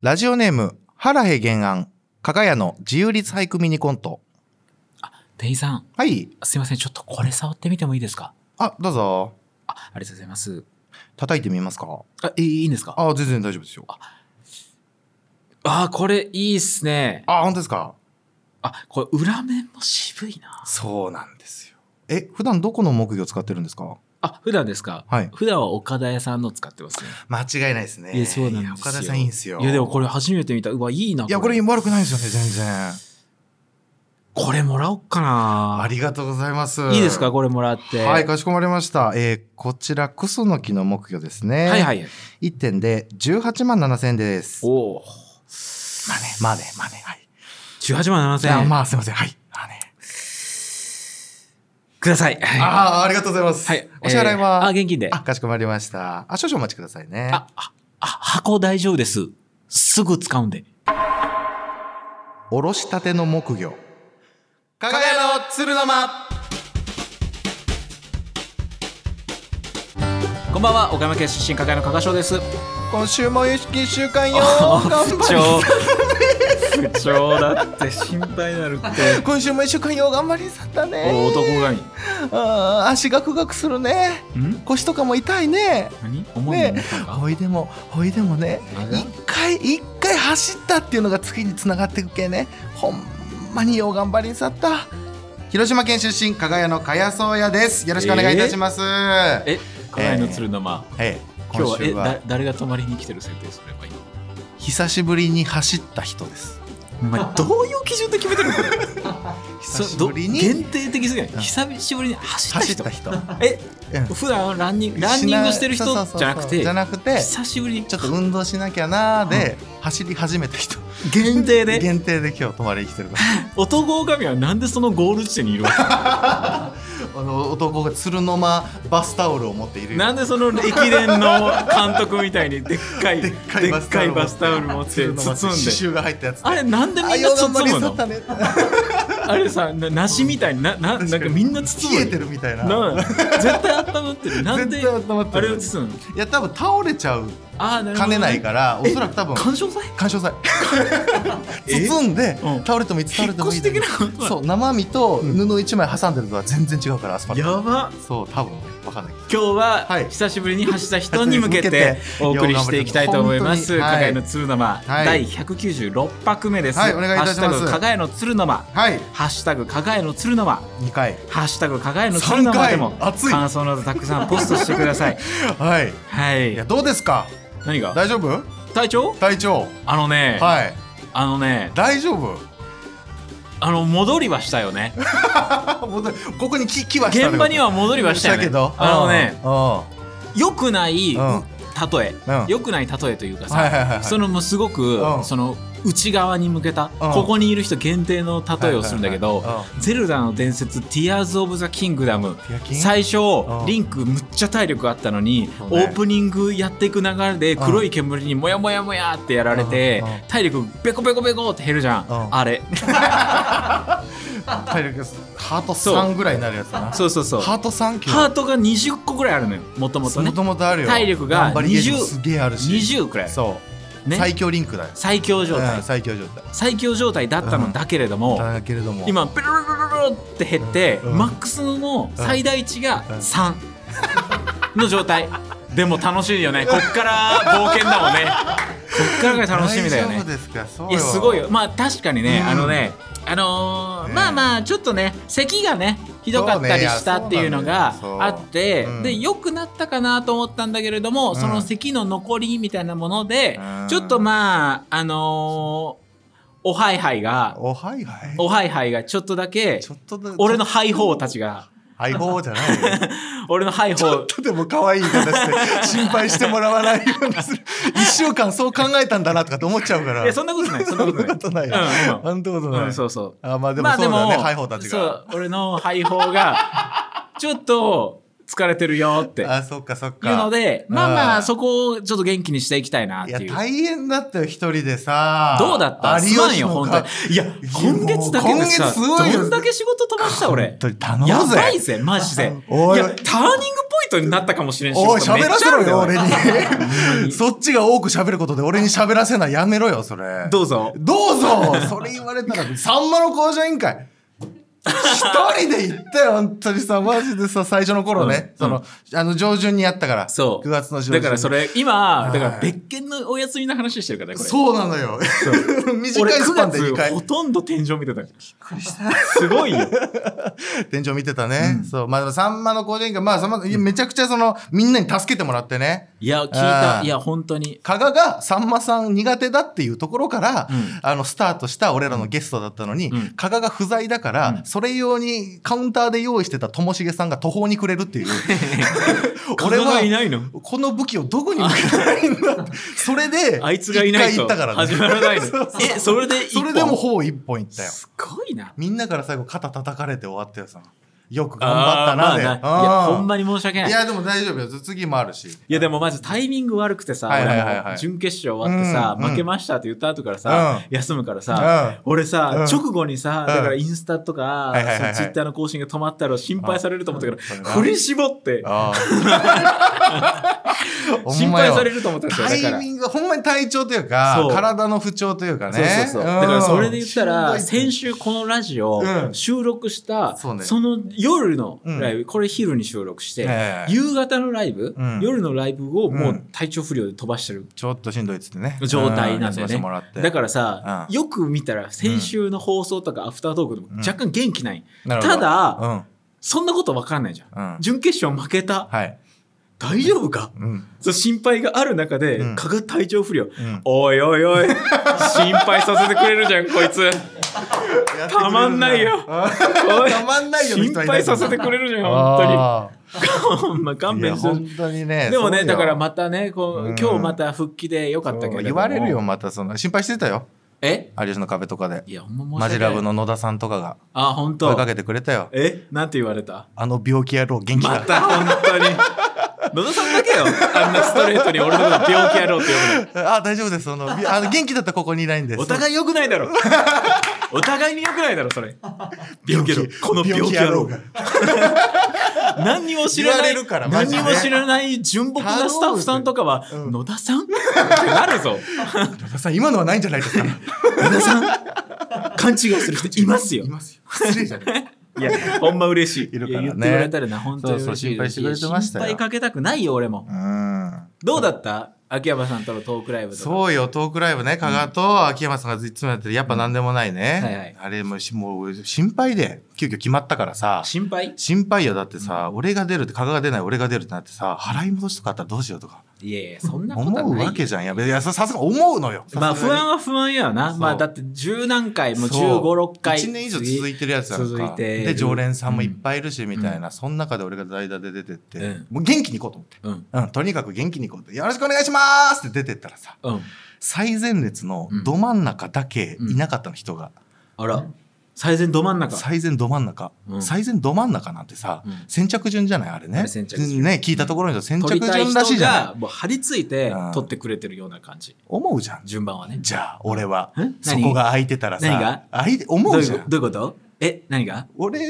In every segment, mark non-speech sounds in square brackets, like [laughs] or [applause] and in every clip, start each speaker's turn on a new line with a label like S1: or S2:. S1: ラジオネーム、原へ原案、かがやの自由律俳句ミニコント。
S2: 店員さん、
S1: はい。
S2: すいません、ちょっとこれ触ってみてもいいですか
S1: あ、どうぞ。
S2: あありがとうございます。
S1: 叩いてみますか
S2: あ、いいいいんですかあ
S1: あ、全然大丈夫ですよ。
S2: あー、これいいっすね。
S1: あ、本当ですか
S2: あ、これ裏面も渋いな。
S1: そうなんですよ。え、普段どこの木魚使ってるんですか
S2: あ、普段ですか
S1: はい。
S2: 普段は岡田屋さんの使ってますね。
S1: 間違いないですね。
S2: いやそうなんですよ
S1: いや岡田さんいいんですよ。
S2: いや、でもこ
S1: れ。
S2: れ初めて見た。うわ、いいな。
S1: いや、これ
S2: これ
S1: 悪くないですよね、全然。
S2: もらおっか
S1: あ
S2: な。
S1: りがとうございます。
S2: いいですかこれもらって。
S1: はい、かしこまりました。えーこちら、クスノキの木魚ですね。
S2: はいはいはい。
S1: 1点で18万7千円です。
S2: お
S1: ま
S2: お。
S1: あね、まあね、まあね、はい。
S2: 18
S1: い
S2: 万
S1: や
S2: 7000円。
S1: まあすいません、はい。まあね。
S2: ください。はい
S1: ああ、ありがとうございます。
S2: はい。
S1: お支払い
S2: えーあ、
S1: は、
S2: 現金で。
S1: あ、かしこまりました。あ、少々お待ちくださいね。
S2: あ、あ、あ箱大丈夫です。すぐ使うんで。
S1: おろしたての木魚。かがやの鶴の間。
S2: こんばんは、岡山県出身、加賀屋の加賀翔です。
S1: 今週も有識週間よ。
S2: 不調。 [laughs] 不調だって心配になるって。
S1: 今週も一週間よ、頑張りさった
S2: お
S1: ね。
S2: 男がに。
S1: あー足ガクガクするね。
S2: ん
S1: 腰とかも痛いね。
S2: 何思いのか
S1: ほいでも、ほいでもね
S2: あ、れ
S1: 一回、一回走ったっていうのが次につながっていくけね。ほんまによう頑張りんさった。広島県出身、加賀屋の加谷宗也です。よろしくお願いいたします。え
S2: え、加賀屋の鶴の間。
S1: え、
S2: 今
S1: 今
S2: 日は、え、
S1: 週は
S2: だ、誰が泊まりに来てる設定すればいいの
S1: 久しぶりに走った人です。
S2: お前、どういう基準で決めてるのこれ
S1: 久
S2: そ
S1: し
S2: ど
S1: ぶりに
S2: 限定的すぎない
S1: うん
S2: 久しぶりに走った
S1: 走っ
S2: 人
S1: た。人。
S2: え
S1: うん、
S2: 普段ランニング、ランニングしてる人
S1: しなそうそうそう
S2: じゃなくて
S1: じゃ、なくて、
S2: 久しぶりに、
S1: ちょっと運動しなきゃなーで、走り始めた人。
S2: 限定で。
S1: 限定で今日泊まりに来てるから。
S2: 男狼はなんでそのゴール地点にいるわ [laughs]
S1: あの男が鶴の間バスタオルを持ってい
S2: け
S1: る
S2: なんでその駅伝の監督みたいにでっかい
S1: でっ
S2: でっ
S1: かいバスタオ
S2: か
S1: ル
S2: いバスタオル持って
S1: 鶴
S2: 包
S1: の
S2: んで
S1: 間って刺繍が入ったやつ
S2: あれなんでみんな
S1: あよう頑張り
S2: 包む
S1: そう
S2: の
S1: だね
S2: あれさな梨みたいになななんかみんな包む
S1: 冷
S2: の
S1: えてるみたいな
S2: なあ絶対温まってるなんで
S1: 絶対温まって
S2: あれ
S1: る
S2: を包むの
S1: いや多分倒れちゃう
S2: ああなるほ
S1: か
S2: ど、ね、
S1: ねないからおそらく多分
S2: 緩衝材
S1: 緩
S2: [laughs]
S1: 衝材包んで
S2: うん
S1: 倒れてもいつ倒
S2: 引
S1: れ
S2: って
S1: も
S2: 越
S1: いい
S2: し
S1: の
S2: 的
S1: に
S2: なことな
S1: そ
S2: の
S1: う生身と布一枚挟んでるのは全然違うからアスファルト
S2: やば
S1: そう多分わかんないけど
S2: 今日は
S1: はい
S2: 久しぶりに走った人に向けてお送りしていきたいと思います。
S1: 本当にはい
S2: 加賀屋の鶴の間、
S1: はい
S2: 第196拍目です。
S1: はいお願いいたします
S2: ハッシュタグ加賀屋の鶴の間、
S1: はい
S2: ハッシュタグ加賀屋の鶴の間、
S1: 2回
S2: ハッシュタグ加賀屋の鶴の間でも
S1: 三回熱い
S2: 感想などたくさんポストしてくだ
S1: [laughs]
S2: さい。
S1: はい
S2: はい
S1: や
S2: い。
S1: どうですか
S2: 何が
S1: 大丈夫
S2: 体調？
S1: 体調
S2: あのね、
S1: はい
S2: あのね、
S1: 大丈夫 [laughs]
S2: あの戻りはしたよね。
S1: 戻るここに木木はしたね
S2: 現場には戻りはしたよね。
S1: けど
S2: あのね、
S1: うん
S2: 良くない
S1: うんうん
S2: 例え、
S1: うん
S2: 良くない例えというかさ。
S1: はいはいはい
S2: そのもうすごく、
S1: うん
S2: その内側に向けた、
S1: うん
S2: ここにいる人限定の例えをするんだけど、
S1: はいはいはい
S2: ゼルダの伝説「ティアーズ・オブ・ザ・キングダム
S1: ティア」キン
S2: 最初、
S1: ん
S2: リンクむっちゃ体力あったのに、
S1: そう
S2: オ
S1: ね
S2: ープニングやっていく流れで
S1: うん
S2: 黒い煙にモヤモヤモヤってやられて、
S1: うんうん
S2: 体力ベコベコベコって減るじゃん、
S1: うん
S2: あれ
S1: 体力ハート
S2: そう
S1: 3ぐらいになるやつだな
S2: そうそうそう
S1: ハート3級
S2: ハートが20個ぐらいあるのよもともとね
S1: もともとあるよ
S2: 体力が
S1: 頑張りゲージも
S2: 20
S1: すげえあるし
S2: 20くらいある
S1: そう、
S2: ね
S1: 最強リンクだよ
S2: 最強状態、
S1: うん最強状態
S2: 最強状態だったのだけれども、
S1: だけれども
S2: 今ペロペロペロって減って、
S1: うん
S2: マックスの最大値が
S1: うん
S2: 3の状態、でも楽しいよねこっから冒険だもん
S1: [laughs]
S2: ねこっからが楽しみだよ
S1: 大丈
S2: ね
S1: 夫ですかそう
S2: い
S1: よ
S2: やすごいよまあ確かにね、
S1: うん
S2: あのねあのー
S1: ね
S2: まあまあちょっとね咳がねひどかったりした
S1: そうね
S2: っていうのが
S1: いやそう
S2: あって、
S1: そううん
S2: で良くなったかなと思ったんだけれども、
S1: ん
S2: その咳の残りみたいなもので、
S1: うん
S2: ちょっとまああのーおはいはいが
S1: おはいはい
S2: おはいはいがちょっとだけ、
S1: ちょっとだ
S2: 俺のハイホーたちが、
S1: 相棒じゃない
S2: [laughs]
S1: よ
S2: 俺のハイホー、
S1: とても可愛い言い方して心配してもらわないようにす
S2: [laughs]
S1: る一週間そう考えたんだなとかって思っちゃうから
S2: いや、そんなことない、そんなことな
S1: そんなことない
S2: い。
S1: よ
S2: うんうん
S1: あんたこと
S2: うん、
S1: ない
S2: そうそう。
S1: あまあでもそうだよねハイホーたち
S2: そ
S1: が
S2: う、俺のハイホーが、ちょっと、疲れてるよって。
S1: あそっかそっか
S2: いうので、まあま
S1: う
S2: あ、
S1: ん
S2: そこをちょっと元気にしていきたいなっ
S1: い
S2: て
S1: や
S2: いう。
S1: 大変だったよ一人でさ
S2: どうだったすまんよ、本当に。いや、今月だけで
S1: 今
S2: さ、
S1: 月すごいよ
S2: どんだけ仕事飛ばした俺
S1: 本。当に頼むぜ
S2: やばいぜ、マジで。いや、タ
S1: [laughs] お
S2: ー
S1: い
S2: ニングポイントになったかもしれんし。
S1: おい喋らせろよ
S2: め
S1: 俺
S2: っちゃある
S1: に [laughs] そっちが多く喋ることで俺に喋らせないやめろよそれ
S2: [laughs] どうぞ。
S1: どうぞそれ言われたら、さんまの工場委員会。一人で行ったよ、本当にさ、マジでさ、最初の頃ね、
S2: うん
S1: その、あの、上旬にやったから。
S2: そう。
S1: 9月の上旬。
S2: だからそ。れ、今、だか
S1: は
S2: ら
S1: い
S2: 別件のお休みの話してるからね、これ。
S1: そうなのよ。 [laughs] 短
S2: 俺
S1: い
S2: 9
S1: スパンで2
S2: 月
S1: 回
S2: ほ。とんど天井見てた。すごいよ。
S1: 店長見てたね。そう。まあ、さんまの工場委員会、まあ、さんま、いやめちゃくちゃその、みんなに助けてもらってね。
S2: いや、聞いた
S1: あ。ー
S2: いや、本当に。
S1: 加賀がさんまさん苦手だっていうところから、
S2: うん
S1: あのスタートした俺らのゲストだったのに、
S2: うん
S1: 加賀が不在だから、それ用にカウンターで用意してたともしげさんが途方に暮れるっていう
S2: [laughs]
S1: 俺
S2: 俺はい
S1: は
S2: ないの
S1: この武器をどこに向けたらいいんだってそれで
S2: [laughs] あいつがいない
S1: 一回行
S2: と
S1: ったから
S2: 始
S1: ね
S2: まらない
S1: [laughs]
S2: の
S1: そうそう。
S2: え、それで一
S1: そ
S2: 本
S1: れでもほぼ一本いったよ
S2: すごいな。
S1: みんなから最後肩叩かれて終わったよさよく頑張ったなで、
S2: あーまあないや、
S1: うん
S2: ほんまに申し訳ないい。い
S1: やでも大丈夫よ次もあるし
S2: や、でもまずタイミング悪くてさ、
S1: はいはいはいはい
S2: 俺も準決勝終わってさ、
S1: うんうん
S2: 負けましたって言った後からさ、休むからさ、俺さ、
S1: うん
S2: 直後にさ、だから
S1: うん
S2: インスタとか、
S1: いはいはいはい
S2: ツイッターの更新が止まったら心配されると思ったけ
S1: うん
S2: ど、振り絞って、
S1: あ
S2: [laughs]
S1: あ
S2: 心配されると思ったんですよ。
S1: タ
S2: だか
S1: イ
S2: ら
S1: ミ。ングがほんまに体調というか
S2: そう
S1: 体の不調というか
S2: そう
S1: ね
S2: そうそう。だからそれで言ったら、先
S1: 週
S2: 週このラジオ
S1: うん
S2: 収録した、
S1: そう
S2: そ
S1: ね
S2: の夜のライブ、これ昼に収録して、夕方のライブ、
S1: うん
S2: 夜のライブを
S1: う
S2: もうん体調不良で飛ばしてる
S1: ちょっとしんどいっつってね
S2: 状態なん
S1: で
S2: だよね。だ
S1: だ
S2: からさ、
S1: うん
S2: よく見たら先週の放送とかアフタートークでも若干元気ない。
S1: ら
S2: ただ、
S1: うん
S2: そんなことわかんないじゃん。
S1: うん
S2: 準決勝負けた。
S1: はい
S2: 大丈夫か
S1: うん
S2: そう心配がある中で、
S1: うん
S2: 加賀体調不良。
S1: ん
S2: おいおい
S1: [laughs]
S2: おい、心配させてくれるじゃん、こいつ。たまんないよ
S1: あ
S2: おい
S1: たまんないよ
S2: 心配させてくれるじゃん、本
S1: 本
S2: 当に。ほんま勘
S1: いや
S2: 弁する
S1: 本。当にね
S2: でもね、
S1: そうよ
S2: だからまたね、こう
S1: うん
S2: 今日また復帰でよかったけ
S1: そ
S2: ど。
S1: う言われるよ。またその心配してたよ
S2: え
S1: 有吉の壁とかで
S2: いや、ほんま
S1: マ
S2: 申
S1: ジ
S2: し訳な
S1: ラ
S2: い
S1: ブ。の野田さんとかが
S2: あ、本
S1: 声
S2: 当
S1: か。けてくれたよ
S2: えなんて言われた
S1: あの病気野郎元気
S2: ま
S1: だ
S2: た本
S1: [laughs]
S2: 当に。野田さんだけよ。あんなストレートに俺のこと病気やろうって呼
S1: [laughs]
S2: ぶの。
S1: あ、大丈夫です。そ
S2: [laughs]
S1: の、びあの元気だったらここにいないんです。
S2: お互い良くない
S1: [laughs]
S2: だろ。お互いに良くないだろ、それ。病気やろう。この病気やろう。何にも知らな
S1: 言
S2: い
S1: われるから、マ
S2: 何
S1: ジで
S2: にも知らない純朴なスタッフさんとかは、
S1: 頼むぜうん
S2: 野田さんってなるぞ。
S1: 野田さん、今のはないんじゃない
S2: [laughs]
S1: ですか。
S2: 野田さん勘違いする人いますよ
S1: い。ますよ。失礼じゃね
S2: いや、ほんま嬉しい。
S1: いるからね
S2: や言ってくれたらな、本当に嬉しい。
S1: そうそう心配してくれてましたよ
S2: いや心配かけたくないよ、俺も。
S1: うん。
S2: どうだった秋山さんとのトークライブとか。
S1: そうよ、トークライブね、加賀と秋山さんがいつもやってる、やっぱ何でもないね。
S2: はいはい
S1: あれもし、もう、心配で、急遽決まったからさ。
S2: 心配
S1: 心配よ、だってさ、俺が出るって、加賀が出ない、俺が出るってなってさ、払い戻しとかあったらどうしようとか。
S2: いやいや、そんなことは
S1: 思う
S2: ない
S1: わけじゃん。いや、いやささすがに思うのよ。
S2: まあ、不安
S1: は
S2: は不安やわな。
S1: そう
S2: まあ、だって十何回、もう
S1: そう
S2: 15、6回。
S1: 1年以上続いてるやつやんか
S2: 続いて
S1: で常連さんもいっぱいいるしみたいな、その中で俺が代打で出てって、
S2: うん
S1: もう元気に行こうと思って。
S2: うん。
S1: うん、とにかく元気に行こうって「よろしくお願いします!」って出てったらさ
S2: うん。
S1: 最前列の
S2: うん
S1: ど真ん中だけ
S2: うん
S1: いなかったの人が、
S2: あら、最前ど真ん中。
S1: 最前ど真ん中、
S2: うん
S1: 最前ど真ん中なんてさ、
S2: うん
S1: 先着順じゃないあれね
S2: あれ先着順
S1: ね聞いたところによると先
S2: 撮り
S1: 着
S2: たい
S1: 順らしい
S2: 人
S1: じゃない
S2: が、もう張り付いて
S1: うん
S2: 撮ってくれてるような感じ。
S1: 思うじゃん
S2: 順番はね。
S1: じゃあ俺は
S2: ん
S1: そこが空いてたら
S2: 何
S1: さ
S2: が
S1: 空いて
S2: ど
S1: 思
S2: う
S1: う
S2: い
S1: じゃ
S2: うんどういうことえ何が
S1: 俺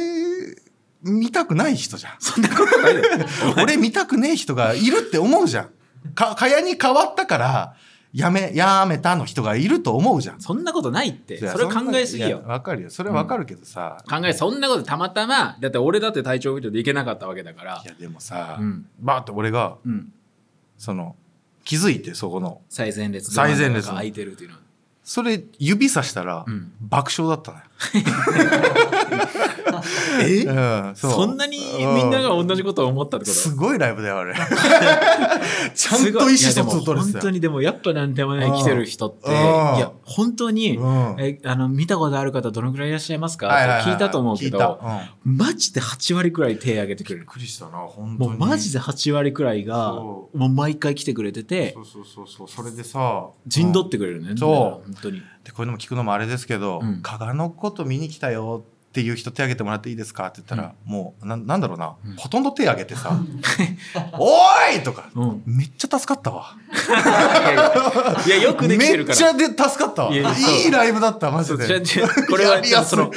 S1: 見たくない人じゃん
S2: そんなことないよ。
S1: 俺見たくねえ人がいるって思うじゃん。か、かやに変わったから、やめ、やめたの人がいると思うじゃん。
S2: そんなことないって。
S1: いや
S2: それは考えすぎ
S1: いや
S2: よ。
S1: わかるよ。それはわかるけどさ。
S2: 考え、そんなことたまたま、だって俺だって体調不良でいけなかったわけだから
S1: い。や、でもさ、
S2: うん
S1: バーって俺が、
S2: うん。
S1: その、気づいて、そこの。
S2: 最前列。
S1: 最前列の
S2: が空いてるっていうのは。
S1: それ、指さしたら、
S2: うん
S1: 爆笑だったのよ。
S2: え
S1: うん、う
S2: そんなにみんなが
S1: う
S2: 同じことを思ったってこと
S1: すごいライブだよ、あ
S2: [laughs]
S1: れ。ちゃんと意思
S2: す
S1: 疎
S2: ごいいや
S1: 通
S2: でも
S1: 取れて
S2: 本
S1: た
S2: 当
S1: よ。
S2: にでもやっぱなんでもない
S1: うん
S2: 来てる人って、
S1: うん
S2: いや、本当に、
S1: うん
S2: えあの、見たことある方どのくらいいらっしゃいますか
S1: ははは
S2: って聞いたと思うけ
S1: 聞いた
S2: ど、
S1: うんび
S2: マジで8割くらい手挙げてくれ
S1: っ
S2: る。
S1: くりしたな、本当
S2: も
S1: に。
S2: うマジで8割くらいが、も
S1: そう
S2: 毎回来てくれてて
S1: そ、うそうそうそう、それでさ、
S2: 陣取ってくれるね。
S1: そう
S2: 本当に。
S1: でこういうのも聞くのもあれですけど、
S2: うん
S1: 加賀のこと見に来たよっていう人手挙げてもらっていいですかって言ったら、もうななんだろうな、ほとんど手挙げてさ
S2: [laughs]
S1: 「おい!」とか、
S2: うん
S1: めっちゃ助かったわ
S2: いやよくできて
S1: め
S2: る
S1: っ
S2: から
S1: ちゃで助かったわ
S2: い
S1: い
S2: やいやそう
S1: いライブだったマジ
S2: じゃ
S1: で
S2: じゃこれは
S1: やりやすい
S2: その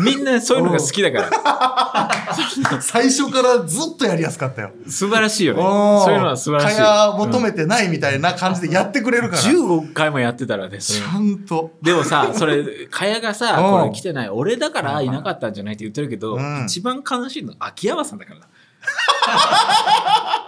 S2: みんなそういうのが好きだから
S1: 最初からずっとやりやすかったよ
S2: 素晴らしいよね
S1: おー
S2: [laughs] そういうのは素晴らしい
S1: 蚊帳求めてないみたいな感じでやってくれるから、
S2: 15回もやってたらねそ
S1: ち
S2: れ
S1: ゃんと
S2: で
S1: [laughs]
S2: もさそれかやがさ
S1: うん
S2: これ来てない俺だからいなかったんじゃないって言ってるけど、
S1: うん
S2: 一番悲しいのは秋山さん
S1: [laughs]
S2: だからな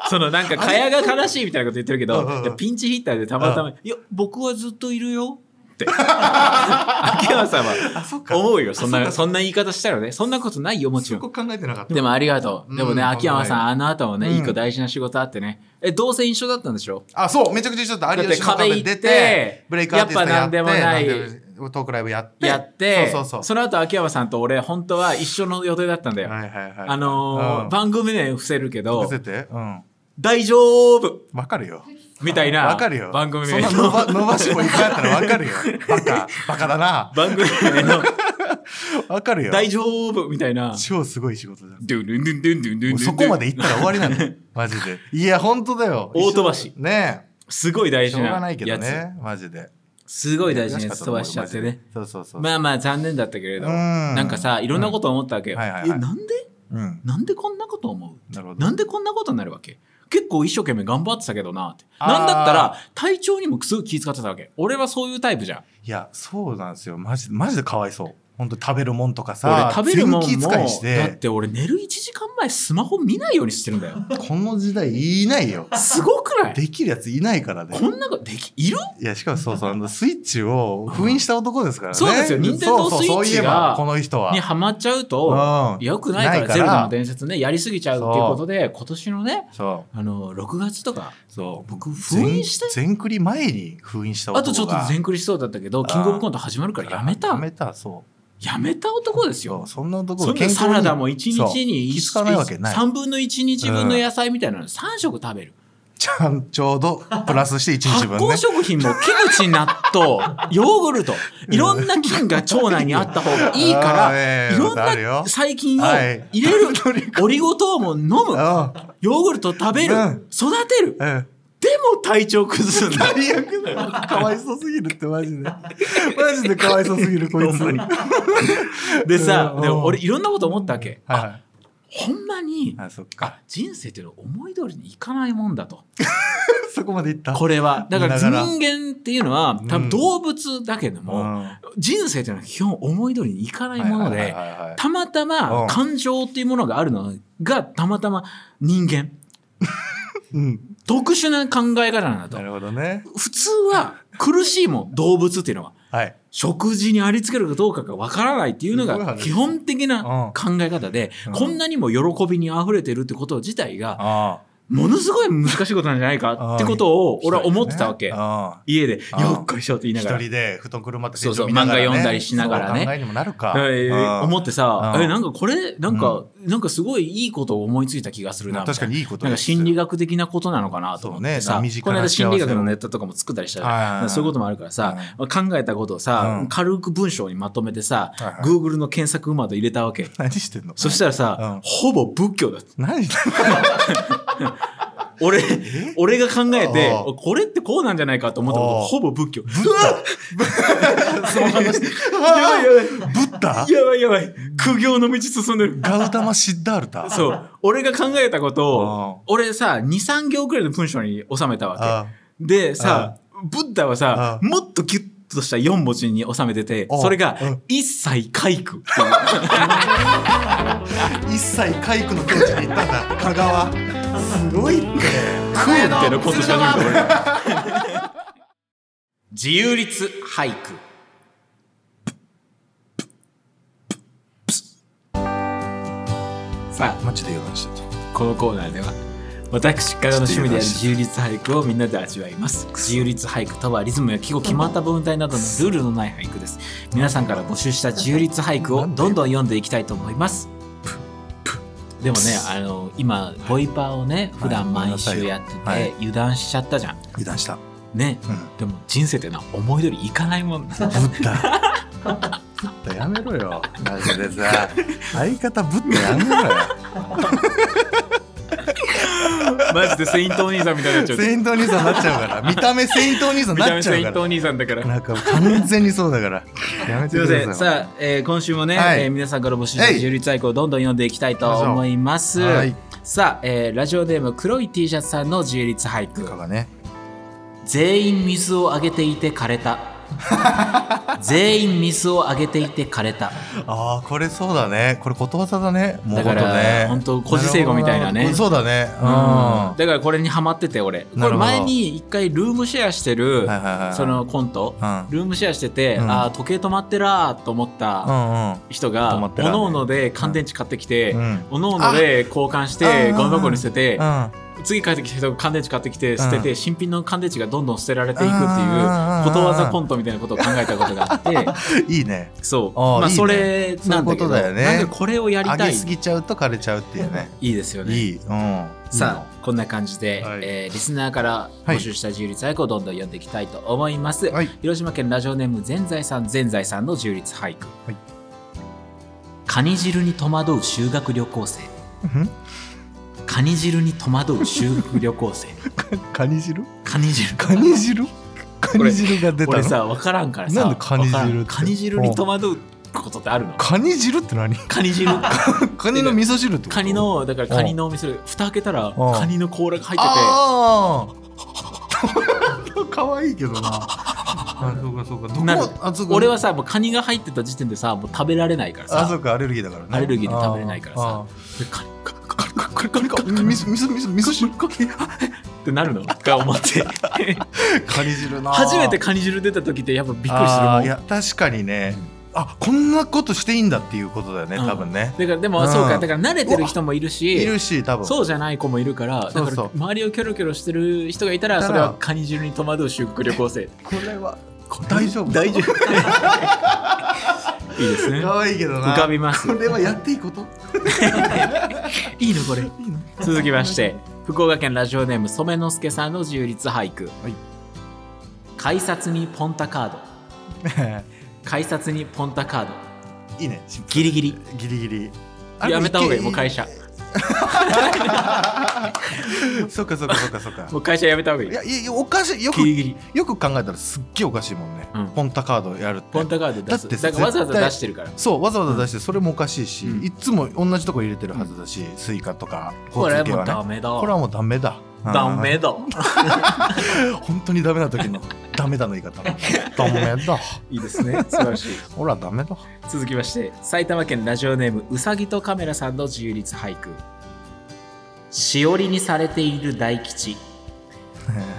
S2: そのなんかかやが悲しいみたいなこと言ってるけど、
S1: うんうんうん
S2: いやピンチヒッターでたまたま「いや僕はずっといるよ」っ
S1: [laughs]
S2: て秋山さんは
S1: そっか
S2: 思うよそん
S1: あ
S2: な
S1: そ
S2: そ
S1: っか
S2: んな言い方したらねそんなことないよもちろ
S1: そ
S2: ん
S1: こ考えてなかった
S2: でもありがとう。でもね、
S1: うん
S2: 秋山さん、あの後も
S1: うん
S2: ね、一個大事な仕事あってね。え、どうせ一緒だったんでしょ
S1: あそうめちゃくちゃ一緒だった
S2: だ
S1: 有
S2: って
S1: 吉の
S2: 壁
S1: 壁
S2: 行
S1: 出
S2: って
S1: てブレイクアーティストやって
S2: やっぱなんでもない
S1: なんでもトークライブやって
S2: やって、
S1: そうそうそう
S2: その後秋山さんと俺、本当は一緒の予定だったんだよ。
S1: はいはいはい
S2: あのー
S1: うん
S2: 番組名伏せるけど
S1: 伏、せてうん
S2: 大丈夫
S1: わかるよ
S2: みたいな
S1: わかるよ
S2: 番組
S1: そん
S2: 名
S1: な
S2: の
S1: 伸ば伸ばしもいっぱいあったらわかるよバカバカだな
S2: [laughs] 番組名の
S1: わかるよ
S2: 大丈夫みたいな。
S1: 超すごい仕事だ
S2: ドゥンドゥンドゥンドゥンドゥンドゥン
S1: もうそこまで行ったら終わりな
S2: [laughs]
S1: のマジでいや本当だよ
S2: 大飛ばし
S1: ね
S2: すごい大
S1: えしょ
S2: 事
S1: う
S2: な
S1: がないけど
S2: やつ。
S1: ねマジです
S2: ごい大事な
S1: し
S2: や
S1: かっ
S2: つ
S1: たと
S2: 飛
S1: 思う
S2: ばしちゃって
S1: マジ
S2: ね
S1: で。そうそうそう
S2: まあまあ残念だったけれど、
S1: うん
S2: なんかさ、いろんなこと思ったわけよ。
S1: うんはいはいは
S2: え、
S1: い
S2: なんで
S1: うん
S2: なんでこんなこと思う
S1: なるほど
S2: なんでこんなことになるわけ結構一生懸命頑張ってたけどなって。
S1: あー
S2: なんだったら体調にもすぐ気遣ってたわけ。俺はそういうタイプじゃん。
S1: いやそうなんですよマジマジでかわいそう本当食べるもんとかさ
S2: 俺食べるもん
S1: 全
S2: も、
S1: 気遣いし
S2: だってて俺寝る1時間前スマホ見ないようにしてるんだよ。
S1: [laughs] この時代いないよ
S2: すごくない
S1: できるやついないからね
S2: こんなことでき、いる
S1: いやしかもそうそうあのスイッチを封印した男ですからね
S2: そうですよ任天堂
S1: そうそうそう
S2: スイッチ
S1: いえば
S2: が
S1: この人は
S2: にハマっちゃうと、
S1: うん
S2: 良くないか
S1: な
S2: ら
S1: いから
S2: ゼルダの伝説ね、やりすぎちゃうっていうことで、今年のね、
S1: そ
S2: あの、6月とか、
S1: うそう
S2: 僕封印して
S1: 全全クリ前に封印した男
S2: あ
S1: が
S2: とちょっと全クリしそうだったけど、
S1: あー
S2: キングオブコント始まるからやめ
S1: や
S2: た。
S1: めたそう
S2: やめた男です
S1: そ
S2: よ
S1: う。そんな男
S2: そんなサラダも1日に
S1: そう気づかないわけない
S2: 3分の1日分の野菜みたいなの3食食べる、
S1: ちゃんちょうどプラスして1日
S2: 発
S1: 分
S2: 酵
S1: ね
S2: 食品もキムチ納豆ヨーグルトいろんな菌が腸内にあった方がいいか
S1: あーえ
S2: ら
S1: え
S2: いろん
S1: あるよ
S2: な細菌を
S1: はい
S2: 入れる、オリゴ糖も飲む
S1: あ
S2: ヨーグルト食べる、
S1: うん
S2: 育てる
S1: うん
S2: でも体調崩すんだ
S1: 最悪だよかわいそうすぎるってマジでマジでかわいそうすぎるこいつ
S2: ほん
S1: に
S2: までさ、
S1: うん
S2: でも俺いろんなこと思ったわけ、
S1: はい
S2: あほんまに
S1: あそっ
S2: あ
S1: か
S2: 人生っていうのは思い通りにいかないもんだと
S1: そこまでいった
S2: これは。だから
S1: だから
S2: 人間っていうのは
S1: うん
S2: 多分動物だけど
S1: う
S2: も、
S1: ん
S2: 人生っていうのは基本思い通りにいかないもの
S1: はい
S2: で
S1: は、いはいはい
S2: たまた
S1: うん
S2: ま感情っていうものがあるのがたまたま人間。
S1: うん
S2: 特殊な考え方な
S1: な
S2: んだと。
S1: るほどね
S2: 普通は苦しいもん、動物っていうのは。
S1: はい
S2: 食事にありつけるかどうかがわからないっていうの
S1: すごい
S2: が
S1: 話です
S2: 基本的な考え方で
S1: うん、
S2: こんなにも喜びに溢れてるってこと自体が、
S1: あ
S2: ものすごい難しいことなんじゃないかってことを俺は思ってたわけ。
S1: あ
S2: 家で、
S1: あー
S2: よっこいしょって言いな
S1: 一
S2: がら。
S1: 人で布団くるまって
S2: そうそう
S1: テレビ見ながらね
S2: 漫画読んだりしながらね
S1: そう考えにもなるか
S2: はい
S1: うん
S2: 思ってさ、
S1: うん
S2: え、なんかこれ、なんか、なんかすごいいいことを思いついた気がするな。
S1: 確かにいいこと
S2: なん
S1: で
S2: か
S1: すよ
S2: 心理学的なことなのかなと思って
S1: そ
S2: さ、
S1: うね身近
S2: こ
S1: な
S2: の間
S1: 幸せを
S2: 心理学のネタとかも作ったりした
S1: はいはいはい
S2: ら、そういうこともあるからさ、考えたことをさ、
S1: うん
S2: 軽く文章にまとめてさ、
S1: はいはい
S2: Google の検索窓入れたわけ。
S1: 何してんの
S2: そしたらさ、
S1: うん
S2: ほぼ仏教だった。 [laughs]
S1: 何
S2: 俺、俺が考えて
S1: あー、
S2: これってこうなんじゃないかと思ったこと
S1: あー
S2: ほぼ仏教。
S1: その [laughs] 話
S2: やばいやばい。
S1: ブッダ
S2: やばいやばい。苦行の道進んでる。
S1: ガウタマ・シッダールタ
S2: そう。俺が考えたことを、俺さ、2、3行くらいの文章に収めたわ
S1: あ
S2: け。でさ、ブッダはさ、
S1: う
S2: もっとギュッとした4文字に収めてて
S1: うん、
S2: それが
S1: うん、
S2: 一切回
S1: [laughs]
S2: 苦っていう。
S1: 一切回復の境地に行ったんだ香川すごいって
S2: 食うっての今年初めて俺が。自由律俳句。さあ、
S1: マジで油断してた
S2: このコーナーでは私からの趣味である自由律俳句をみんなで味わいます自由律俳句とはリズムや記号決まった文体などのルールのない俳句です皆さんから募集した自由律俳句をどんどん読んでいきたいと思いますでもねあの今ボイパーをね普段毎週やって
S1: はい
S2: て油断しちゃったじゃん
S1: 油断した
S2: ね
S1: うん [laughs]
S2: でも人生ってのは思い通りいかないもん
S1: ブッダぶったやめろよマジでさ相方ぶったやめろよ
S2: マジでセイントお兄さんみたいになっちゃう
S1: セイントお兄さんになっちゃうから見た目セイントお兄さんに
S2: 見た
S1: な
S2: 目
S1: っちゃ
S2: セ
S1: う
S2: イ
S1: か
S2: ント
S1: ら
S2: お兄さんだから
S1: なんか完全にそうだからやめて
S2: すいま
S1: く
S2: せん
S1: ださい
S2: さあ、えー今週もね、
S1: はい
S2: えー皆さんから募集し
S1: は
S2: た
S1: い
S2: 自立愛好をどんどん読んでいきたいと思います、
S1: はい
S2: さあ、えーラジオネーム黒い T シャツさんの自立俳句
S1: かがね
S2: 全員水をあげていて枯れた
S1: [laughs]
S2: 全員水をあげていて枯れた
S1: ああこれそうだねこれことわざだねもう
S2: だから
S1: ほんとね
S2: ほんと古事聖語みたいなね
S1: るほどそうだね
S2: う
S1: うんん
S2: だからこれにハマってて俺こ
S1: な
S2: れ
S1: るほど
S2: 前に一回ルームシェアしてる
S1: はいはいはい
S2: そのコント
S1: うん
S2: ルームシェアしてて、
S1: うん
S2: ああ時計止まってらーと思っ
S1: う
S2: た
S1: んうん
S2: 人が、
S1: 止まっ
S2: 各
S1: てらーね
S2: 々で乾電池買ってきて、
S1: うん
S2: 各々で交換して
S1: あ
S2: ゴミ箱に捨てて
S1: うん
S2: 次帰ってきた人が乾電池買ってきて捨てて、新品の乾電池がどんどん捨てられていくってい
S1: うん
S2: う
S1: うんうんうん
S2: ことわざコントみたいなことを考えたことがあって
S1: [laughs] いいね
S2: そう
S1: あーい
S2: まあ
S1: いね
S2: それなんだけど
S1: そういうことだよね
S2: なんかこれをやり
S1: 上
S2: た
S1: げ
S2: い
S1: すぎちゃうと枯れちゃうっていうね
S2: いいですよね
S1: いいうん
S2: さあこんな感じで、
S1: はい
S2: えーリスナーから募集した自由律俳句をどんどん読んでいきたいと思います、
S1: はい
S2: 広島県ラジオネーム全財産全財産の自由律俳句、
S1: はい
S2: カニ汁に戸惑う修学旅行生
S1: うん
S2: カニ汁に戸惑う修学旅行生
S1: カニ汁
S2: カニ
S1: [laughs]
S2: 汁
S1: カニ汁カニ汁が出た
S2: [laughs] 俺
S1: の
S2: さ分からんからさ
S1: なんでカニ汁って
S2: わからんカニ汁に戸惑うことってあるの
S1: カニ汁って何
S2: カニ汁
S1: カニの味噌汁ってこと
S2: カニのだからカニのお店で蓋開けたら
S1: うん
S2: カニの甲羅が入ってて
S1: ああ可愛いけどなあそうかそうかど
S2: なる
S1: あそうか
S2: 俺はさもうカニが入ってた時点でさもう食べられないから
S1: あそ
S2: さ
S1: うかアレルギーだからね
S2: アレルギーで食べれないからさでカニカニカニカニカニカニカニカニ
S1: みそみそみそみそ汁
S2: ってなるのか思って
S1: [laughs] カニ汁な
S2: 初めてカニ汁出た時ってやっぱびっくりするもん
S1: あーいや確かにねあこんなことしていいんだっていうことだよね
S2: うん
S1: 多分ね
S2: だからでも
S1: うん
S2: そうかだから慣れてる人もいるし
S1: いるし多分
S2: そうじゃない子もいるからだ
S1: そう
S2: か
S1: そう
S2: ら周りをキョロキョロしてる人がいたら
S1: だ
S2: そ
S1: から
S2: れはカニ汁に戸惑う修学旅行生
S1: これは大丈夫
S2: 大丈夫いいです
S1: [laughs]
S2: ね
S1: 可愛いけどな
S2: 浮かびます
S1: これはやっていい
S2: [laughs]
S1: こと
S2: いいのこ
S1: [laughs]
S2: れ
S1: いいの
S2: [laughs] 続きまして福岡県ラジオネーム染之助さんの自由律俳句、
S1: はい
S2: 改札にポンタカード改札にポンタカード
S1: いいねシンプ
S2: ギリギリ
S1: ルギリギリ
S2: やめた方がいい
S1: あ
S2: もう会社
S1: そうかそうかそうかそうか
S2: もう会社やめた方がいい
S1: いやいやおかしいよく
S2: ギリギリ
S1: よく考えたらすっげえおかしいもんね、
S2: うん
S1: ポンタカードやるって
S2: ポンタカード出す
S1: だって
S2: だからわざわ
S1: 絶
S2: ざ
S1: 対
S2: 出してるから
S1: そうわざわざ出してそれもおかしいし、
S2: うん
S1: いつも同じとこ入れてるはずだし、スイカとか
S2: これは
S1: 交
S2: もう
S1: 通系
S2: ダ
S1: はね
S2: メだ
S1: これはもうダメだ
S2: ダメだ
S1: うん本当にダメな時
S2: [laughs]
S1: のダメだの言い方ダメだ
S2: いいですね [laughs] 素晴らしい
S1: ほらダメだ
S2: 続きまして埼玉県ラジオネームうさぎとカメラさんの自由律俳句しおりにされている大吉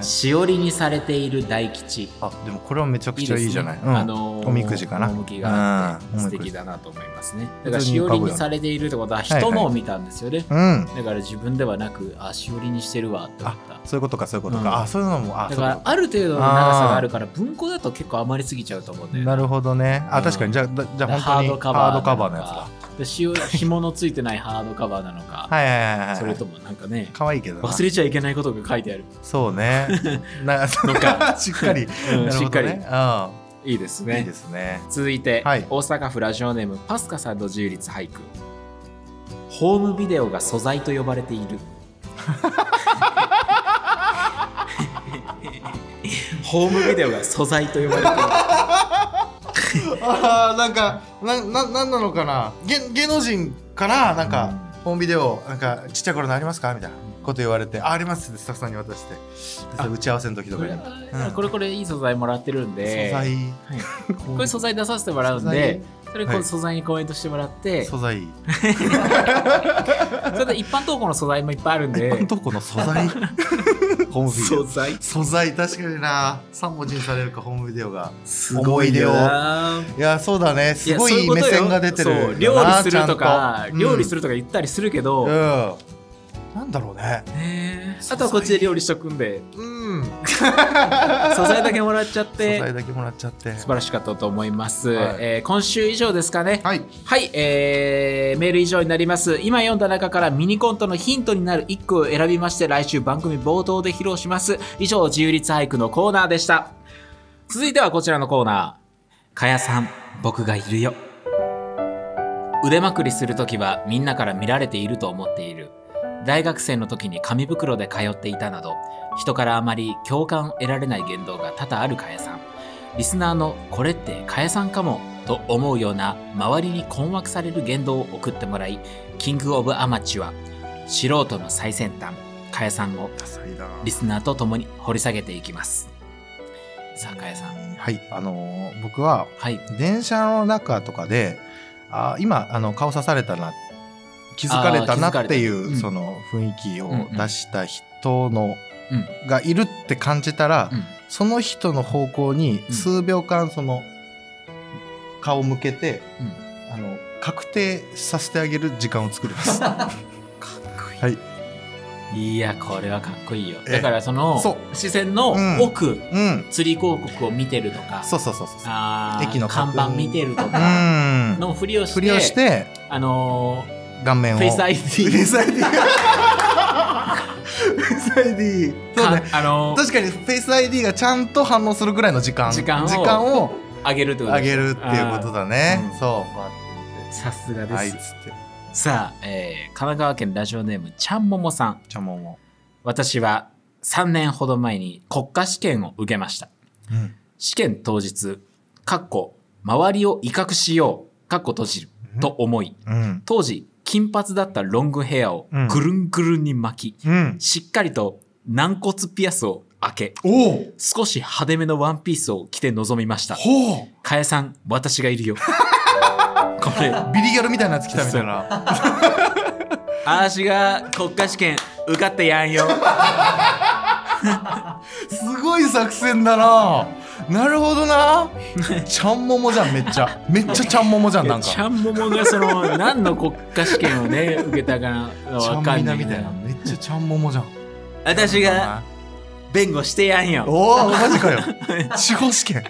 S2: しおりにされている大吉
S1: あでもこれはめちゃくちゃいいじゃない
S2: ですね
S1: うん
S2: あのー
S1: おみくじかな
S2: 趣があって
S1: うん
S2: 素敵だなと思いますねだからしおりにされているってことは人のを見たんですよね、
S1: うん
S2: だから自分ではなくあしおりにしてるわって思った
S1: そういうことかそういうことか、
S2: うん
S1: あそういうのもあ
S2: だ
S1: そ
S2: か
S1: ういう
S2: ら
S1: こ
S2: ある程度の長さがあるから文庫だと結構余りすぎちゃうと思うんだ
S1: と
S2: よね
S1: なるほどねあ
S2: うん
S1: 確かにじゃあだじゃあ
S2: ハ
S1: 本
S2: ー
S1: 当
S2: ド
S1: に
S2: カバー
S1: ハードカバーのやつだ
S2: でしお紐のついてないハードカバーなのか、
S1: はいはいはいはい
S2: それともなんかね
S1: 可愛いけどな
S2: 忘れちゃいけないことが書いてある
S1: そう
S2: [laughs]
S1: ねな
S2: のか
S1: [laughs] しっかり、
S2: う
S1: な
S2: ん
S1: る
S2: しっ
S1: ほ
S2: か
S1: ど
S2: り
S1: ねうん
S2: いいです
S1: いい
S2: ね
S1: ですね。
S2: 続いて、
S1: はい
S2: 大阪府ラジオネームパスカさんの自由律俳句ホームビデオが素材と呼ばれて
S1: [laughs]
S2: いるホームビデオが素材と呼ばれている
S1: ああ、なんか、な、な、なんなのかな。芸、芸能人から、なんか、ホームビデオ、なんか、ちっちゃい頃のありますかみたいなこと言われて、あ、ありますってスタッフさんに渡して。で打ち合わせの時と
S2: こ
S1: かに。
S2: れ
S1: 素うん
S2: これこれいい素材もらってるんで
S1: 材、
S2: はいこれ素材出させてもらうんでそれこう素材にコメントしてもらって、
S1: 素材。
S2: それで一般投稿の素材もいっぱいあるんで
S1: 本当この素材。ホームビデ
S2: 素
S1: オ。
S2: 材
S1: 素材、確かにな、三文字にされるか、ホームビデオが。
S2: す
S1: ごいよいや、そうだね、
S2: い
S1: す
S2: や
S1: ご
S2: そうう
S1: い
S2: こと
S1: 目
S2: よ
S1: 線が出てる
S2: そう
S1: よな。
S2: 料理するとか料理す
S1: る。
S2: るとか言ったりするけど、
S1: うん。うんなんだろうね。
S2: ねえ
S1: 素
S2: あ
S1: 材
S2: とはこっちで料理しとく
S1: [laughs]
S2: んで
S1: うん。
S2: 素材だけもらっちゃっ
S1: 素材
S2: て
S1: だけもらっちゃって。
S2: 素晴らしかったと思います、
S1: はい
S2: えー今週以上ですかね
S1: はい。
S2: はい、えー、メール以上になります今読んだ中からミニコントのヒントになる1句を選びまして来週番組冒頭で披露します以上自由律俳句のコーナーでした続いてはこちらのコーナーかやさん僕がいるよ腕まくりする時はみんなから見られていると思っている大学生の時に紙袋で通っていたなど人からあまり共感を得られない言動が多々あるかやさんリスナーの「これってかやさんかも」と思うような周りに困惑される言動を送ってもらいキング・オブ・アマチュア素人の最先端かやさんを
S1: ダサいだ
S2: リスナーと共に掘り下げていきますさあかやさん
S1: はいあのー僕は
S2: はい
S1: 電車の中とかであー今あの顔刺されたな気づかれたな
S2: あー気づかれた
S1: っていう、
S2: うん
S1: その雰囲気を
S2: うんうん
S1: 出した人の、
S2: うん
S1: がいるって感じたら、
S2: うん
S1: その人の方向に
S2: うん
S1: 数秒間その顔を向けて、
S2: うん
S1: あの確定させてあげる時間を作り
S2: [laughs]
S1: ます。
S2: かっこいい、
S1: はい
S2: いやこれはかっこいいよ
S1: ええ
S2: だからその
S1: そ
S2: 視線の
S1: うん
S2: 奥、
S1: うん、
S2: 釣り広告を見てるとか
S1: そうそうそうそうそう。
S2: あー
S1: 駅の
S2: 看
S1: 確認
S2: 板見てると
S1: う
S2: か
S1: ん、
S2: のふりをして
S1: ふりをして
S2: あの
S1: 顔面
S2: ー
S1: を
S2: フェ
S1: [laughs]
S2: イス ID
S1: フェイス ID フェイス ID そうね
S2: [laughs] かあのー
S1: 確かにフェイス ID がちゃんと反応するぐらいの時間
S2: 時間を
S1: を
S2: 上げるってこと
S1: 上
S2: で
S1: げるっていうことだね、
S2: うん
S1: そう
S2: さすがです、
S1: はいっつって
S2: さあ、えー神奈川県ラジオネームちゃんももさん
S1: じゃあもうも
S2: 私は3年ほど前に国家試験を受けました
S1: う、うん
S2: 試験当日かっこ周りを威嚇しようかっこ閉じると思い
S1: うん
S2: 当時金髪だったロングヘアを
S1: うん
S2: ぐるんぐるんに巻き、
S1: うん、
S2: しっかりと軟骨ピアスを開け
S1: おお
S2: 少し派手めのワンピースを着て臨みました
S1: ほう
S2: かえさん私がい
S1: [laughs]
S2: るよこれ
S1: ビリギャルみたいなやつ来たみたいな
S2: あーしが国家試験受かったやんよ
S1: すごい作戦だななるほど
S2: [laughs]
S1: なちゃんももじゃんめっちゃめっちゃちゃんももじゃんなん
S2: ち
S1: か
S2: ゃんももがその何の国家試験をね受けたかなわかん
S1: み
S2: な
S1: ないみたいなめっちゃちゃんももじゃん
S2: 私が弁護してやんよ
S1: おおマジ
S2: [laughs]
S1: かよ司法試験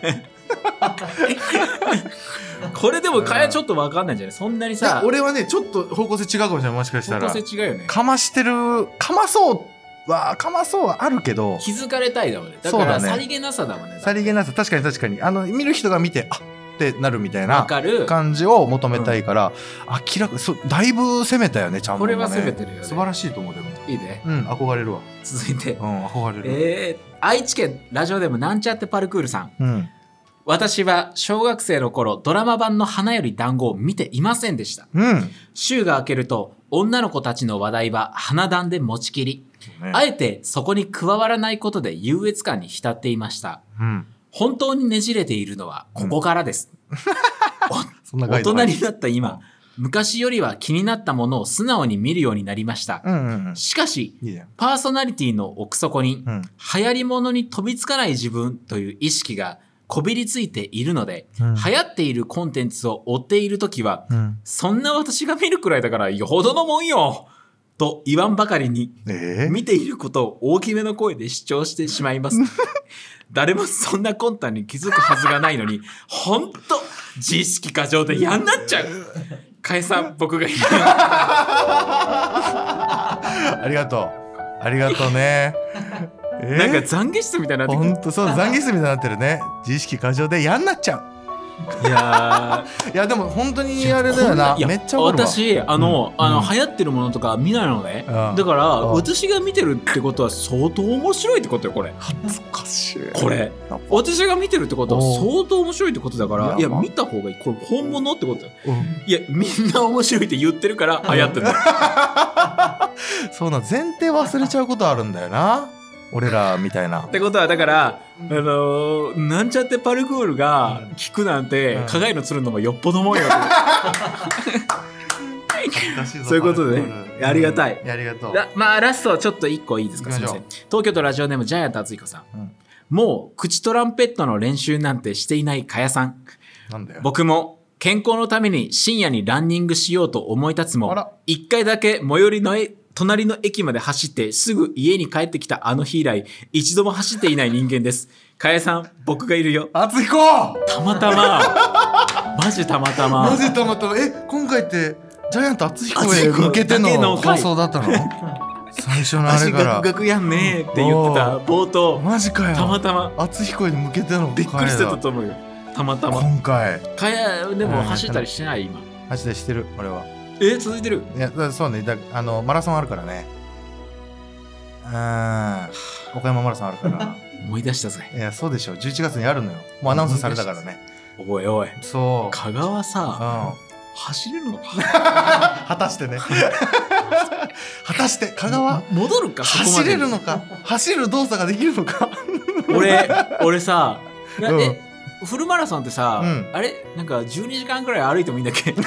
S2: これでもかやちょっとわかんないんじゃないそんなに
S1: いや
S2: さ
S1: 俺はねちょっと方向性違うかもしれないもしかした
S2: 方
S1: ら
S2: 向性違うよね
S1: かましてるかまそうはかまそうはあるけど
S2: 気づかれたいだもんねだ
S1: そう
S2: か
S1: だ
S2: ら
S1: ね
S2: さりげなさだもんね
S1: さりげなさ確かに確かにあの見る人が見てあってなるみたい
S2: わ
S1: な
S2: かる
S1: 感じを求めたいから、明らかそうだいぶ攻めたよねちゃんと、ね、
S2: これは攻めてるよね
S1: 素晴らしいと思うでも
S2: いいね
S1: うん憧れるわ
S2: 続いて
S1: うん憧れる、
S2: えー、愛知県ラジオでもなんちゃってパルクールさん
S1: うん
S2: 私は小学生の頃ドラマ版の花より団子を見ていませんでした
S1: うん、
S2: 週が明けると女の子たちの話題は花壇で持ちきりあ
S1: い、
S2: えてそこに加わらないことで優越感に浸っていました
S1: うん、
S2: 本当にねじれているのはここからです、
S1: そんなガ
S2: 大
S1: イド
S2: 人
S1: ない
S2: になった今、昔よりは気になったものを素直に見るようになりました。
S1: うんうんうん
S2: しかし、
S1: いいね
S2: パーソナリティの奥底に、
S1: うん
S2: 流行り物に飛びつかない自分という意識がこびりついているので、
S1: うん
S2: 流行っているコンテンツを追っているときは、
S1: うん
S2: そんな私が見るくらいだからよほどのもんよと言わんばかりに、
S1: えー、
S2: 見ていることを大きめの声で主張してしまい
S1: [laughs]
S2: ます。誰もそんな魂胆に気づくはずがないのに、ほんと、自意識過剰で嫌になっちゃう。かえさん、僕が言う。
S1: ありがとうありがとう
S2: [laughs]
S1: ねえー
S2: なんか懺悔室みたいになって
S1: ほ
S2: く
S1: んとそう懺悔室みたいになってるね自意識過剰で嫌になっちゃう
S2: る。いや
S1: いやでも本当にあれだよなめっちゃわかるわ
S2: 私、あの、
S1: うん
S2: あ
S1: うん
S2: の、流行ってるものとか見ないのね。
S1: うん
S2: だから、
S1: うん
S2: 私が見てるってことは相当面白いってことよ、これ。
S1: 恥ずかしい
S2: これ。私が見てるってことは
S1: おう
S2: 相当面白いってことだから、い
S1: い
S2: や、
S1: やまあ
S2: 見た方がいい。これ本物ってことよ。
S1: うん
S2: いや、みんな面白いって言ってるから流行ってる。
S1: そうなの前提忘れちゃうことあるんだよな俺らみたいな
S2: ってことはだから、あのーなんちゃってパルクールが
S1: うん
S2: 聞くなんて、
S1: うん
S2: 加害のするのもよっぽどもんよ [laughs] そういうことでね
S1: うん
S2: ありがたい
S1: うんありがとう
S2: らまあラストちょっと1個いいですか
S1: 行
S2: す
S1: き
S2: い
S1: ま
S2: ま
S1: しょう
S2: せん東京都ラジオネームジャイアント厚彦さん、
S1: うん
S2: もう口トランペットの練習なんてしていないかやさん
S1: なんだよ
S2: [laughs] 僕も健康のために深夜にランニングしようと思い立つ
S1: あら
S2: も一回だけ最寄りのえ隣の駅まで走ってすぐ家に帰ってきたあの日以来一度も走っていない人間ですかやさん僕がいるよ
S1: 厚彦
S2: たまたまマジたま [laughs] たま
S1: なぜたまたまえ今回ってジャイアント厚彦へ
S2: 厚彦
S1: 向けて
S2: だけの
S1: の
S2: 回
S1: 放送だった
S2: [laughs]
S1: の最初のあれ
S2: 足ガ
S1: か
S2: クガクやんねーって言ってた冒
S1: ら
S2: 頭
S1: マジか
S2: たま
S1: よ
S2: たま
S1: 厚彦へ向けての
S2: びっくりしてた
S1: 回だ
S2: と思うよたまたま
S1: 今回
S2: かやで
S1: う
S2: も
S1: ん
S2: 走ったりしてない今
S1: マジでしてる俺は
S2: え続いてる
S1: いやだそうねだあのマラソンあるからねうん岡山マラソンあるから [laughs]
S2: 思い出したぜ
S1: いやそうでしょ11月にあるのよもうアナウンスされたからね
S2: おいおい
S1: そう
S2: 香川
S1: う
S2: さ
S1: ん
S2: 走れるのか
S1: 果た [laughs] してね果たして香川
S2: も戻るかそこま
S1: 走
S2: で
S1: れるのか走る動作ができるのか
S2: 俺俺さな
S1: うん
S2: えフルマラソンってさ、
S1: うん
S2: あれなんか12時間くらい歩いてもいいんだっ
S1: [laughs] [laughs]
S2: け
S1: そ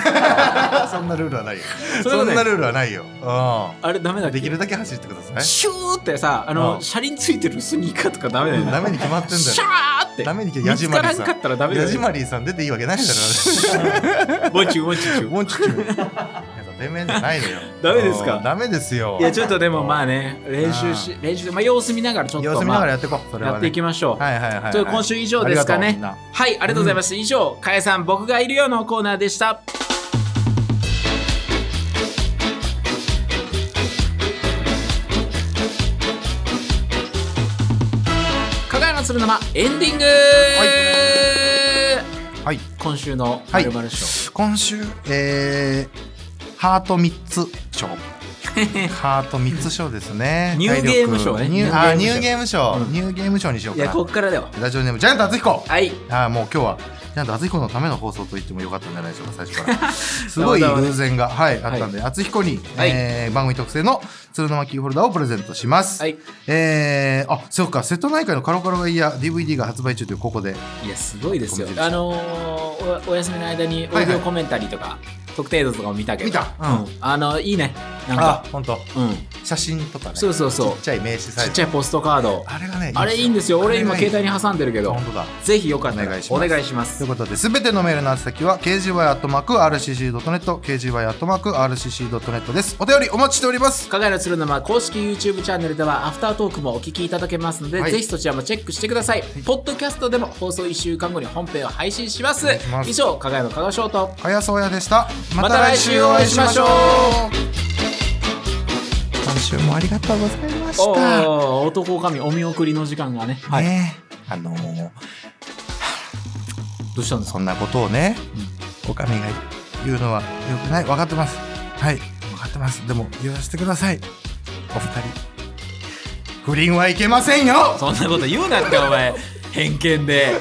S1: んなルールはないよ
S2: それは
S1: そ
S2: ね
S1: んなルールはないよ
S2: あれダメだ
S1: う
S2: っ
S1: んで
S2: け
S1: きるだけ走ってください
S2: シューってさあの、
S1: うん
S2: 車輪ついてるスニーカーとかダメだよね
S1: ダメに決まってんだよ
S2: シャーって
S1: ダメに決
S2: 見
S1: ヤ
S2: つ
S1: ジ
S2: か
S1: マリ
S2: ら
S1: ー
S2: ん
S1: さ
S2: かったらダ
S1: ん
S2: メだ
S1: ヤ
S2: よ
S1: ジ
S2: ね
S1: マリーさん出ていいわけ [laughs] ないだろ
S2: もう中もう中
S1: もうちょっと全面じゃないのよ
S2: [laughs] ダメですか
S1: うんダメですよ [laughs]
S2: いやちょっとでもまあね練習し練習まあ様子見ながらちょっと
S1: 様子見ながらやっていこうそ
S2: ま
S1: れ
S2: あ
S1: はね
S2: やっていきましょう、
S1: はいはいはいはい
S2: という今週以上ですか
S1: あり
S2: ね
S1: がとうみん
S2: はいありがとうございます、以上かえさん僕がいるよのコーナーでしたかがやの鶴沼エンディング、
S1: なはい
S2: 今週の「ま
S1: はい
S2: るまる賞
S1: 今週えーハート三つ
S2: [laughs]
S1: 賞ハート三つ賞ですね
S2: ニューゲーム賞ね
S1: 体力ニューあー
S2: ニ
S1: ニュ
S2: ュー
S1: ー
S2: ゲ
S1: ゲーム賞
S2: うん
S1: ニューゲーム賞にしよ」う
S2: い
S1: か
S2: や
S1: な
S2: こっからだよ
S1: ラジオネームジャイアント厚彦
S2: はい
S1: あーもう今日はジャイアント厚彦のための放送と言ってもよかったんじゃないでしょうか最初
S2: [laughs]
S1: からすごい偶然が、はい、あったんで厚彦に、
S2: はい
S1: えー番組特製の鶴沼キーホルダーをプレゼントします、
S2: はい
S1: えーあそうか瀬戸内海のカロカロがいや DVD が発売中というここで
S2: いやすごいですよ
S1: ごめんな
S2: あ
S1: さい
S2: のーおお休みの間にオ
S1: は
S2: ー
S1: い
S2: デ
S1: は
S2: ィ
S1: い
S2: オコメンタリーとか特定度とかも見たけど
S1: 見た
S2: うん
S1: う
S2: あのいいねなんか
S1: 本当
S2: うん
S1: 写真とかね
S2: そうそうそう
S1: ちっちゃい名刺サ
S2: ち
S1: イ
S2: っ
S1: ズ
S2: ちゃいポストカード
S1: あれがね
S2: あれいいんですよ俺今携帯に挟んでるけど
S1: 本当だ
S2: ぜひよかった
S1: お
S2: ら
S1: 願いし
S2: お
S1: ます
S2: 願いしま
S1: とい
S2: す
S1: うことで、すべてのメールの宛先は、kgy.rcc.net、kgy.rcc.net です。お便りお待ちしております。
S2: かがやの鶴沼公式 YouTube チャンネルではアフタートークもお聞きいただけますので、
S1: はい
S2: ぜひそちらもチェックしてください、ポッドキャストでも放送1週間後に本編を配信します
S1: お願いします
S2: 以上かがやの加賀翔と
S1: かやそうやでした。
S2: また来週お会いしましょう
S1: 今週もありがとうございまし
S2: お
S1: た。ね
S2: おー男神お見送りの時間がね、
S1: え
S2: はい、
S1: あのー
S2: どうしたんです
S1: そ
S2: か
S1: んなことをね、おかみが言うのは良くない。分かってます。はい、分かってます。でも、言わせてください。お二人。不倫はいけませんよ
S2: そんなこと言うなってお前偏見で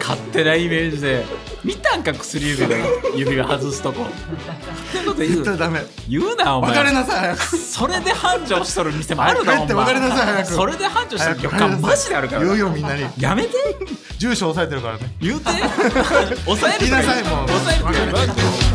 S2: 勝手なイメージで見たんか薬指で指が外すとこ勝手なこと言
S1: 絶対
S2: う
S1: ダメ。
S2: 言うなお前
S1: 別れなさい、早く。
S2: それで繁盛しとる店もあるだ
S1: 早く帰って別れなさい早く
S2: それで繁盛し
S1: 早
S2: と
S1: く
S2: る
S1: 帰りな
S2: 旅
S1: さい
S2: 館マジであるから
S1: 言う
S2: な
S1: よ、みんなに。
S2: やめて
S1: 住所押さえてるからね。
S2: 言うて抑える
S1: [laughs] 言い
S2: とか
S1: なさいもう
S2: 抑えるとか言わなくて